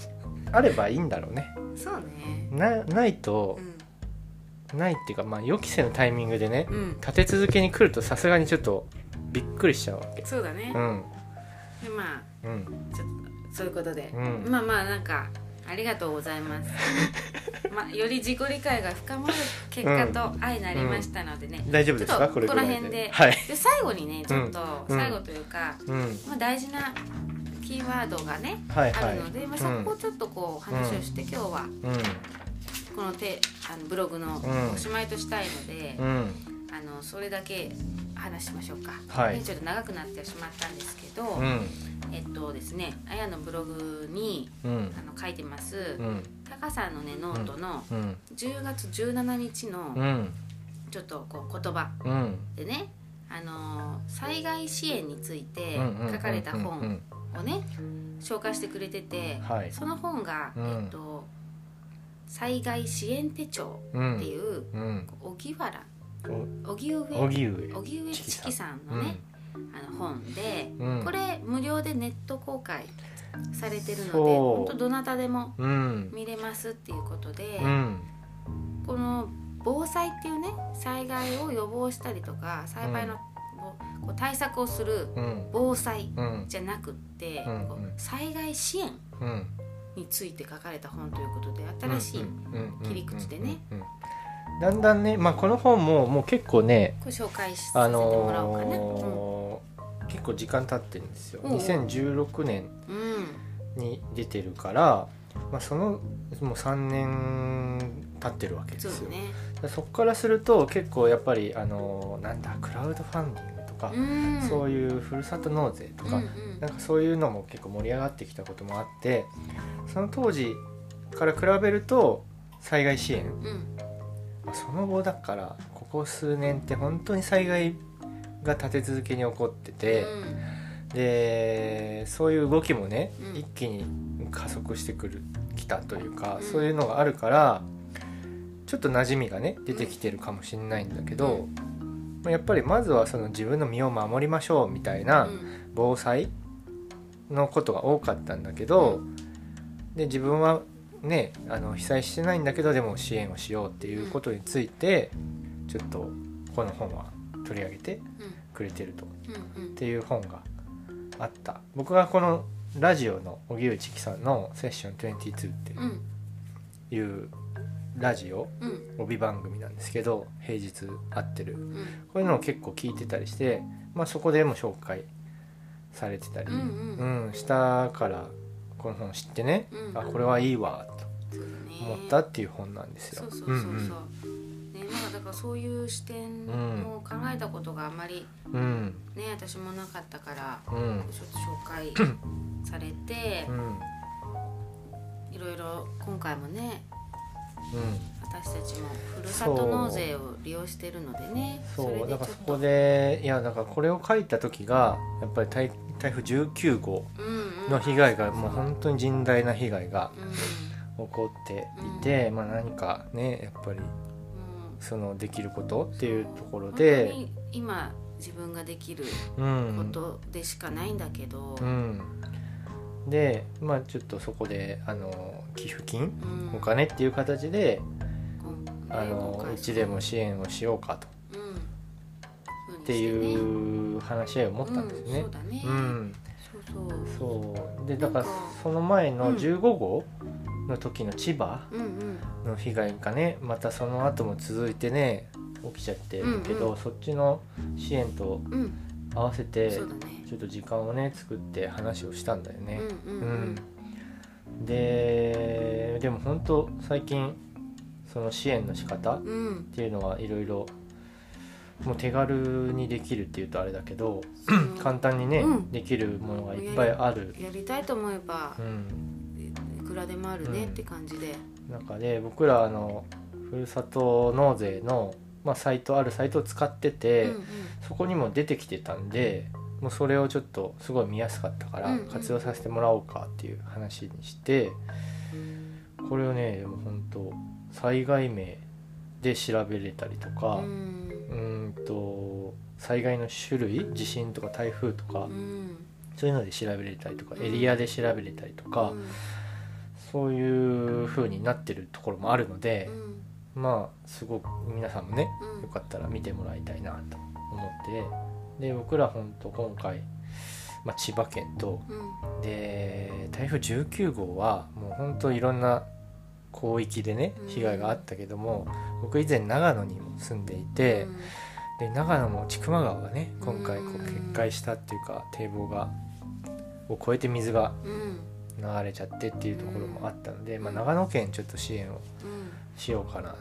A: あればいいんだろうね
B: そうね
A: なないと
B: う、ん
A: ないっていうかまあ予期せぬタイミングでね
B: うん
A: 立て続けに来るとさすがにちょっとびっくりしちゃうわけ
B: そうだね
A: う、ん
B: でまあ
A: うん
B: ちょっとそういうことで、
A: うん
B: まあまあなんかありがとうござ いますまあより自己理解が深まる結果と相なりましたのでね、
A: 大丈夫です
B: ちょっ
A: か
B: と
A: これ
B: こ
A: ぐ
B: の
A: らい
B: 辺で,、
A: はい
B: で最後にねちょっと
A: うん
B: 最後というか、
A: うん
B: まあ、大事なキーワードがね、
A: はいは
B: あ
A: い
B: るので、まあ、
A: う
B: そ
A: ん
B: こをちょっとこう話をして、今日は
A: う
B: この手あのブログの
A: うん
B: おしまいとしたいので、
A: んうん
B: あのそれだけ話しましょうか、
A: はい
B: ねちょっと長くなってしまったんですけど、
A: うん
B: えっとですねあやのブログに
A: うん
B: あの書いてます、
A: うん
B: タカさんのねノートの
A: うん
B: 10月17日
A: う
B: の
A: ん
B: ちょっとこう言葉
A: うんうん
B: でねあの災害支援について
A: うんうん
B: 書かれた
A: うんう
B: 本
A: ん
B: をね紹介してくれてて、
A: はい
B: その本が、
A: うん
B: えっと災害支援手帳
A: う
B: って
A: ん
B: いう
A: うん
B: 荻原
A: お
B: 荻上
A: 荻上
B: 荻上チキさん
A: う
B: のね
A: ん、
B: あの本で、
A: うん
B: これ無料でネット公開されてるので
A: そう
B: 本当どなたでも
A: うん
B: 見れますっていうことで、
A: うん
B: この防災っていうね災害を予防したりとか災害のこう対策をする
A: うん
B: 防災
A: うん
B: じゃなくって、
A: うん
B: こう災害支援
A: うん
B: について書かれた本ということで新しい、切り口でね
A: うんうんだんだんねまあこの本ももう結構ね
B: ご紹介しさ
A: あ
B: せてもらおうかな。
A: のー結構時間経ってるんですよ
B: おうおう
A: 2016年
B: うん、
A: に出てるから、まあ、そのもう3年経ってるわけ
B: う
A: で
B: ん、
A: す
B: そ
A: よ
B: うだね。
A: でそこからすると結構やっぱりあのなんだクラウドファンディングとか、
B: うん、
A: そういうふるさと納税とか、
B: うんうん
A: なんかそういうのも結構盛り上がってきたこともあってその当時から比べると災害支援
B: うん
A: まあその後だからここ数年って本当に災害が立て続けに起こってて、でそういう動きもね、
B: うん
A: 一気に加速してくるきたというか、
B: うん
A: そういうのがあるからちょっと馴染みがね出てきてるかもしれないんだけど、まあやっぱりまずはその自分の身を守りましょうみたいな
B: うん
A: 防災のことが多かったんだけど、
B: う
A: で自分はねあの被災してないんだけどでも支援をしようっていうことについて、ちょっとこの本は取り上げてくれてると
B: うんうん
A: っていう本があった僕がこのラジオの荻上チキさんの「セッション22」
B: うん
A: っていうラジオ
B: うんうん
A: 帯番組なんですけど平日会ってる
B: うん
A: こういうのを結構聞いてたりして、まあ、そこでも紹介されてたり、
B: うんうん
A: うんしたからこの本知ってね、
B: うん
A: あこれはいいわと
B: そうだね
A: 思ったっていう本なんですよ。
B: そうそうそうそう、ねまあだからそういう視点も考えたことがあまり
A: うんうん
B: ね私もなかったから
A: うんうん
B: ちょっと紹介されて
A: う、ん
B: いろいろ今回もね
A: うん
B: 私たちもふるさと納税を利用してるのでねそ
A: そう
B: れ
A: だか
B: でちょ
A: ら
B: っ
A: そ
B: と
A: こでいやだからこれを書いた時がやっぱり台台風19号
B: うんうん
A: の被害がもう本当に甚大な被害が
B: う
A: 起
B: ん
A: こっていて、まあ何かねやっぱり
B: うん
A: そのできることっていうところ
B: 本当
A: で
B: に今自分ができる
A: う
B: こ
A: ん、
B: とでしかないんだけど、
A: うん、でまあちょっとそこであの寄付金
B: うん
A: お金っていう形で
B: こんね
A: あ
B: 今
A: の
B: 回
A: うちでも支援をしようかと
B: うんそうにし
A: っていう話し合いを持ったんです
B: うん、
A: ね
B: そう。だね、
A: うん
B: そうそう
A: そうでだから
B: なんか
A: その前
B: うん
A: の15号の時の千葉
B: うんうん
A: の被害がねまたその後も続いてね起きちゃってるけど、
B: うんう
A: そっちの支援と
B: うん
A: 合わせて
B: そうだね
A: ちょっと時間をね作って話をしたんだよね。
B: う
A: う
B: んうんうん
A: んででも本当最近その支援の仕方っ
B: うん
A: ていうのはいろいろもう手軽にできるっていうとあれだけど
B: その
A: 簡単にね、
B: うん
A: できるものがいっぱいある。
B: やりたいと思えば
A: うん
B: いくらでもあるね
A: うん
B: って感じで、
A: 中で僕らあのふるさと納税の、まあ、サイトあるサイトを使ってて、
B: うんうん
A: そこにも出てきてたんでもうそれをちょっとすごい見やすかったか
B: う
A: ら
B: んうん
A: 活用させてもらおうかっていう話にして、これをねでも本当災害名で調べれたりとか、
B: うん
A: うーんと災害の種類地震とか台風とか、
B: うん
A: そういうので調べれたりとか
B: うん
A: エリアで調べれたりとか、
B: うん
A: そういう風になってるところもあるので。
B: うん
A: まあすごく皆さんもね
B: うん
A: よかったら見てもらいたいなと思ってで僕らほんと今回、まあ、千葉県と
B: うん
A: で台風19号はもうほんといろんな広域でね
B: うん
A: 被害があったけども、僕以前長野にも住んでいて、
B: うん
A: で長野も千曲川がね今回こう
B: う
A: ん決壊したっていうか堤防がを越えて水が
B: うん
A: 流れちゃってっていうところもあったので、まあ、
B: うん
A: 長野県ちょっと支援を
B: うん
A: しようかな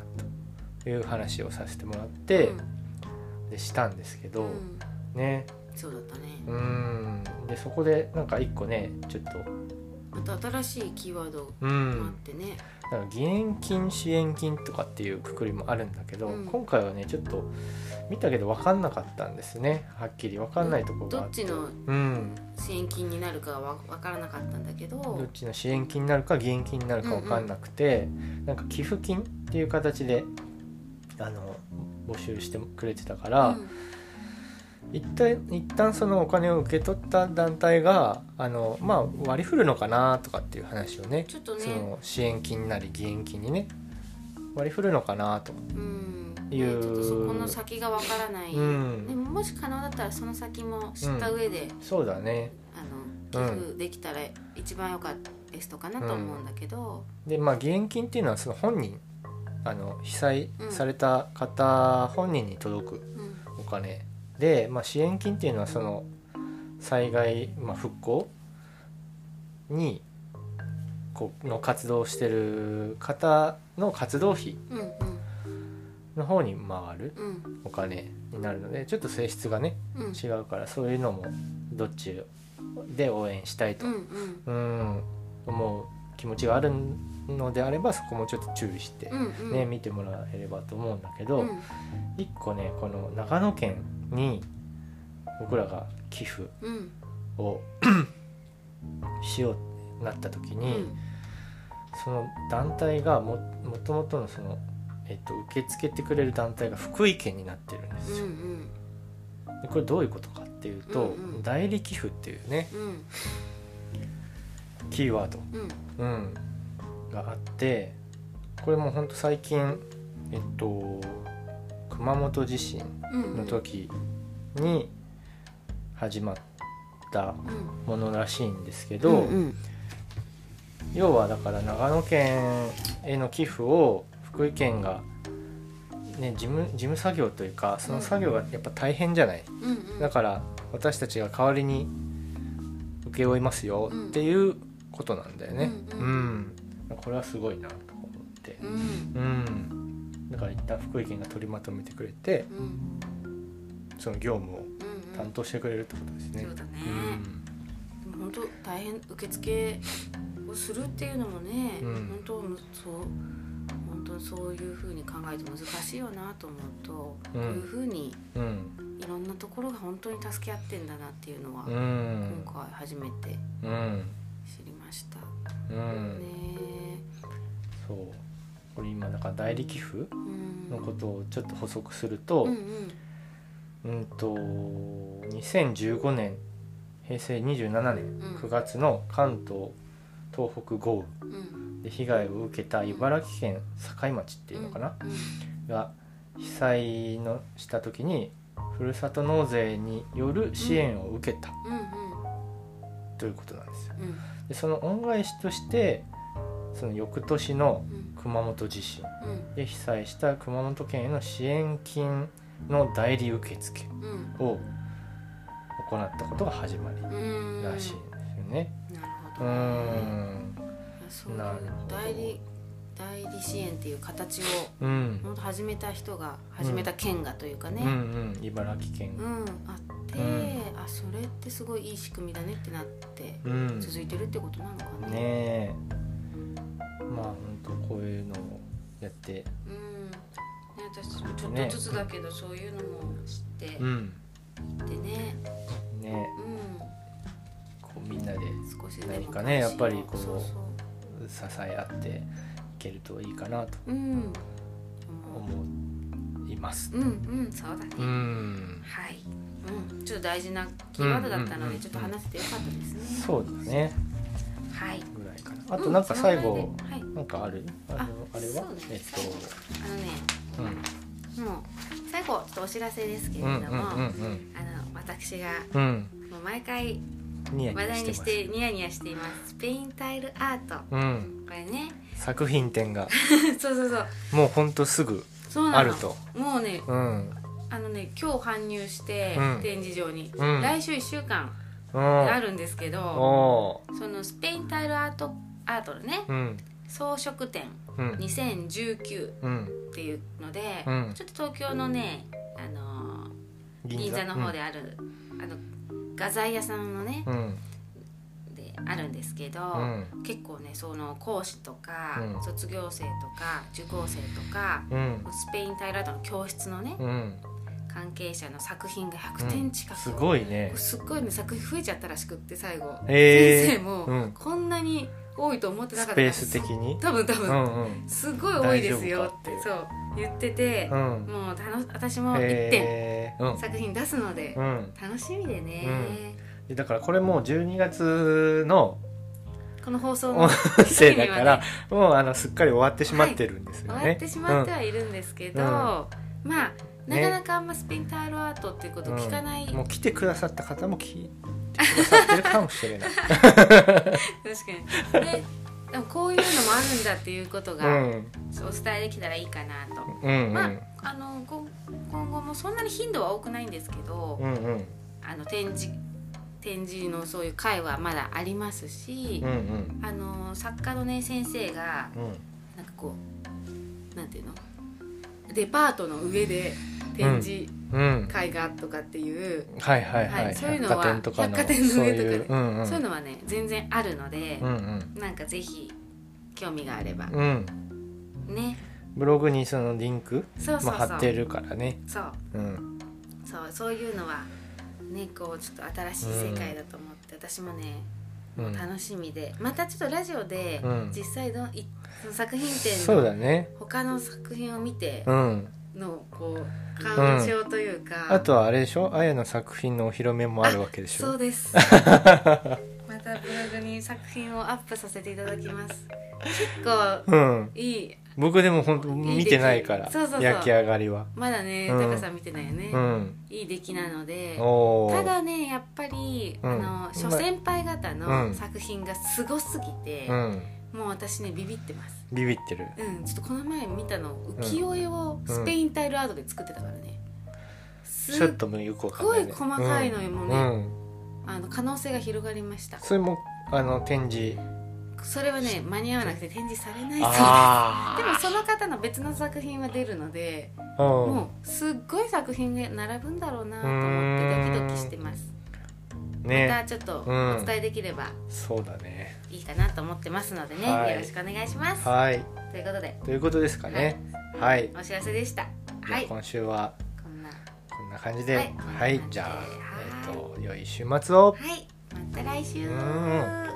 A: という話をさせてもらって、
B: うん
A: でしたんですけど、
B: うん
A: ね
B: そうだったね、
A: うーんでそこでなんか一個ねちょっと
B: また新しいキーワード
A: う
B: もあっ
A: ん
B: てね、
A: なんか義援金支援金とかっていうくくりもあるんだけど、
B: うん
A: 今回はねちょっと見たけど分かんなかったんですねはっきり分かんないところ
B: ど
A: があ
B: っ
A: って
B: ちの
A: うん、
B: 支援金になるかはわわからなかったんだけど
A: どっちの支援金になるか義援金になるか分かんなくて、なんか寄付金っていう形であの募集してくれてたから、
B: うん
A: 一旦一旦そのお金を受け取った団体があの、まあ、割り振るのかなとかっていう話をね
B: ちょっと
A: そ
B: ね
A: の支援金なり義援金にね割り振るのかなと、
B: うんね
A: いう
B: ちょっとそこの先がわからない、
A: うん
B: でももし可能だったらその先も知った上で、
A: そうだね
B: あの
A: うん
B: 寄付できたら一番良かったベストかなと思うんだけど、
A: でまあ義援金っていうのはその本人あの被災
B: うん
A: された方本人に届く
B: う
A: お
B: ん
A: 金で、まあ、支援金っていうのはその災害、まあ、復興にこうの活動をしてる方の活動費
B: うんうん
A: の方に回る
B: うん
A: お金になるのでちょっと性質がね
B: うん
A: 違うからそういうのもどっちで応援したいと
B: うんうん
A: うん思う気持ちがあるのであればそこもちょっと注意して
B: う、んうん
A: ね見てもらえればと思うんだけ
B: う
A: ど、
B: ん
A: 一個ねこの長野県に僕らが寄付
B: うん
A: を しようってなった時
B: う
A: に、
B: ん
A: その団体がももともとのその、えっと、受け付けてくれる団体が福井県になってるんで
B: う
A: すよ。
B: ん
A: でこれどういうことかっていうと、
B: うんうん
A: 代理寄付っていうね
B: うん
A: キーワード、
B: うん
A: うん、があってこれもほんと最近えっと熊本地震
B: うん
A: の時に始まった
B: うん
A: ものらしいんですけど、
B: うんうん
A: 要はだから長野県への寄付を福井県が、ね、事務事務作業というかその作業がやっぱ大変じゃない、
B: うんうん
A: だから私たちが代わりに請け負いますよっていうことなんだよね
B: う
A: うんん、
B: う
A: これはすごいなと思って
B: うん
A: うんだから一旦福井県が取りまとめてくれて
B: うんうん
A: その業務を
B: うん
A: 担当してくれるってことですね
B: そうだね
A: うん
B: でも本当大変受付をするっていうのもね、
A: うん
B: 本当むそう本当にそういうふうに考えて難しいよなと思うと、
A: うん
B: こういうふうに
A: うん
B: いろんなところが本当に助け合ってんだなっていうのは、
A: う
B: 今
A: ん
B: 回初めて
A: うん
B: 知りました、
A: う
B: ね
A: んそうこれ今だから代理寄付
B: えうん
A: のことをちょっと補足すると、
B: う
A: うんん、と2015年平成27年
B: うん
A: 9月の関東東北豪
B: うんうん
A: 雨で被害を受けた茨城県境町っていうのかな、
B: うん
A: が被災のした時にふるさと納税による支援を受けた
B: うん
A: ということなんですよ。
B: うんうん
A: でその恩返しとしてその翌年の
B: うん
A: 熊本地震
B: うん
A: で被災した熊本県への支援金の代理受付
B: うん
A: を行ったことが始まり
B: うん
A: らしいんですよね。
B: な
A: う
B: るほど、
A: ん、
B: そういう
A: なるほど
B: 代理代理支援っていう形を
A: うん、うん、
B: 本当始めた人が始めた県がというかね、
A: うん、茨城県
B: う
A: が、
B: んあって、
A: うん
B: あそれってすごいいい仕組みだねってなって
A: うん、ね
B: 続いてるってことなのかね。
A: え、まあ本当こういうのをやって、
B: うんね私たちもちょっとずつだけど、そういうのも知って
A: うん、
B: でね、
A: ねえ、
B: う
A: こうみんなで
B: ん、少しでも
A: 何かねやっぱりこう
B: そうそ
A: 支え合っていけるといいかなと
B: ううん思
A: 思います。
B: ううんうんそうだね、
A: うん、
B: はい、うん、ちょっと大事なキーワードだったの
A: うんうんうんう
B: で
A: ん
B: ちょっと話せてよかったですね、
A: そうだね、
B: はい
A: ぐらいかな。あとなんか最後
B: う、んその前ではい
A: なんかある？あの
B: あ
A: あれ
B: そ
A: は
B: うだね？
A: えっ
B: 最後あのね
A: と、うん。
B: もう最後ちょっとお知らせですけれど
A: う
B: も、
A: んうんうん
B: あの私が
A: うん
B: もう毎回
A: うんニヤニ
B: 話
A: ヤ
B: 題
A: してます
B: にしてニヤニヤしていますスペインタイルアートこ
A: うん
B: れ ね
A: 作品展が
B: そうそうそう
A: もうほんとすぐ
B: そうなの
A: あると
B: もうね
A: うん
B: あのね今日搬入して、
A: うん
B: 展示場に、
A: うん
B: 来週1週間
A: うん
B: あるんですけど、
A: お
B: そのスペインタイルアートアートのね
A: ーうん
B: 装飾展
A: うん
B: 2019
A: うん
B: っていうので、
A: うん
B: ちょっと東京のね、あのー銀座の方である、あの画材屋さんのね、
A: うん
B: であるんですけど、
A: うん
B: 結構ねその講師とか、
A: うん
B: 卒業生とか受講生とか
A: うん
B: スペインタイルアートの教室のね、
A: うん
B: 関係者の作品が
A: う
B: 100
A: ん
B: 点近く、
A: すごいね
B: すっごいね作品増えちゃったらしくって最後、
A: へー
B: 先生も、
A: うん
B: こんなに多いと思ってな
A: ス
B: かった
A: ペ
B: ら
A: ース的に
B: 多分多
A: う
B: 分、
A: んうん
B: すごい多いですよって
A: 大丈夫
B: そう言ってて
A: う、ん
B: もう楽し私も1点
A: へえうん
B: 作品出すので、
A: うん
B: 楽しみでね、
A: でだからこれもう12月 の
B: この放送の
A: 音声だからもうあのすっかり終わってしまってるんです
B: 終
A: よね
B: わってしまってはいるんですけど、
A: うん
B: まあな
A: ね
B: かなかあんまスペインタイルアートっていうことを聞かない、
A: うんもう来てくださった方も聞いてくださってるかもしれ ない
B: 確かにででもこういうのもあるんだっていうこと
A: う
B: が、
A: ん
B: お伝えできたらいいかなと、
A: うんう
B: ま
A: ん
B: ああのこ今後もそんなに頻度は多くないんですけど、
A: うんうん
B: あの展示展示のそういう会はまだありますし
A: うんう、ん
B: あの作家のね先生が
A: う
B: なんかこうなんていうのデパートの上で展
A: ん、
B: 示
A: うん、
B: 会がとかっていう、
A: はいはいはい、
B: はいそういうのは
A: 百貨店とかの
B: 百貨店の上とかで
A: そういううんうん
B: そういうのはね全然あるので
A: う、んうん
B: なんかぜひ興味があれば
A: うん
B: ね
A: ブログにそのリンク
B: そうそうそう
A: まあ貼ってるからね
B: そう
A: うん
B: そうそういうのはねこうちょっと新しい世界だと思って、私もね
A: うん
B: 楽しみでまたちょっとラジオで
A: うん
B: 実際のいその作品展
A: そう
B: の
A: だね
B: 他の作品を見て
A: うん
B: のこう感情というか、
A: あとはあれでしょあやの作品のお披露目もあるわけでし
B: そう
A: ょ
B: です またブログに作品をアップさせていただきます結構
A: うん
B: いい
A: 僕でも本当
B: いい
A: 見てないから
B: 出来そうそうそう
A: 焼き上がりは
B: まだね、
A: うん
B: 高さん見てないよね、
A: うん
B: いい出来なので
A: おお
B: ただねやっぱり、
A: うん
B: あの諸先輩方
A: う
B: の
A: ん
B: 作品がすごすぎて
A: う、ん
B: もう私ねビビってます
A: ビビってる
B: うんちょっとこの前見たの浮世絵をスペインタイルアートで作ってたからね、
A: ち
B: す
A: ょ
B: っ
A: っともうよくわかんない、ね、
B: すっごい細かいのよもうね
A: うんうん
B: あの可能性が広がりました
A: それもあの展示
B: それはね間に合わなくて展示されないそう
A: あ
B: でもその方の別の作品は出るので
A: あうん
B: もうすっごい作品が並ぶんだろうなと思ってドキドキしてますま
A: ね
B: たちょっと
A: うん
B: お伝えできれば
A: そうだね
B: いいかなと思ってますのでね、
A: はい
B: よろしくお願いします
A: はい
B: ということで
A: ということですかねはい、
B: お知らせでした
A: じゃあ
B: はいこ
A: 今週は
B: んなは
A: こんな感じでは
B: はい
A: い、じゃあえっ、
B: は
A: と良い週末を
B: いまた来週
A: うん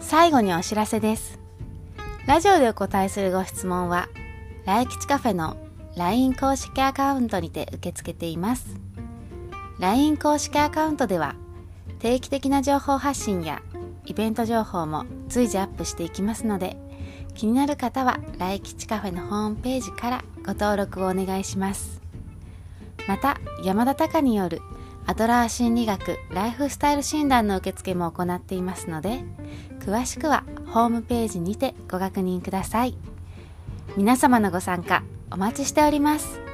B: 最後にお知らせですラジオでお答えするご質問は来吉カフェの LINE 公式アカウントにて受け付けています LINE 公式アカウントでは定期的な情報発信やイベント情報も随時アップしていきますので気になる方は来吉カフェのホームページからご登録をお願いしますまた山田隆によるアドラー心理学ライフスタイル診断の受付も行っていますので詳しくはホームページにてご確認ください皆様のご参加お待ちしております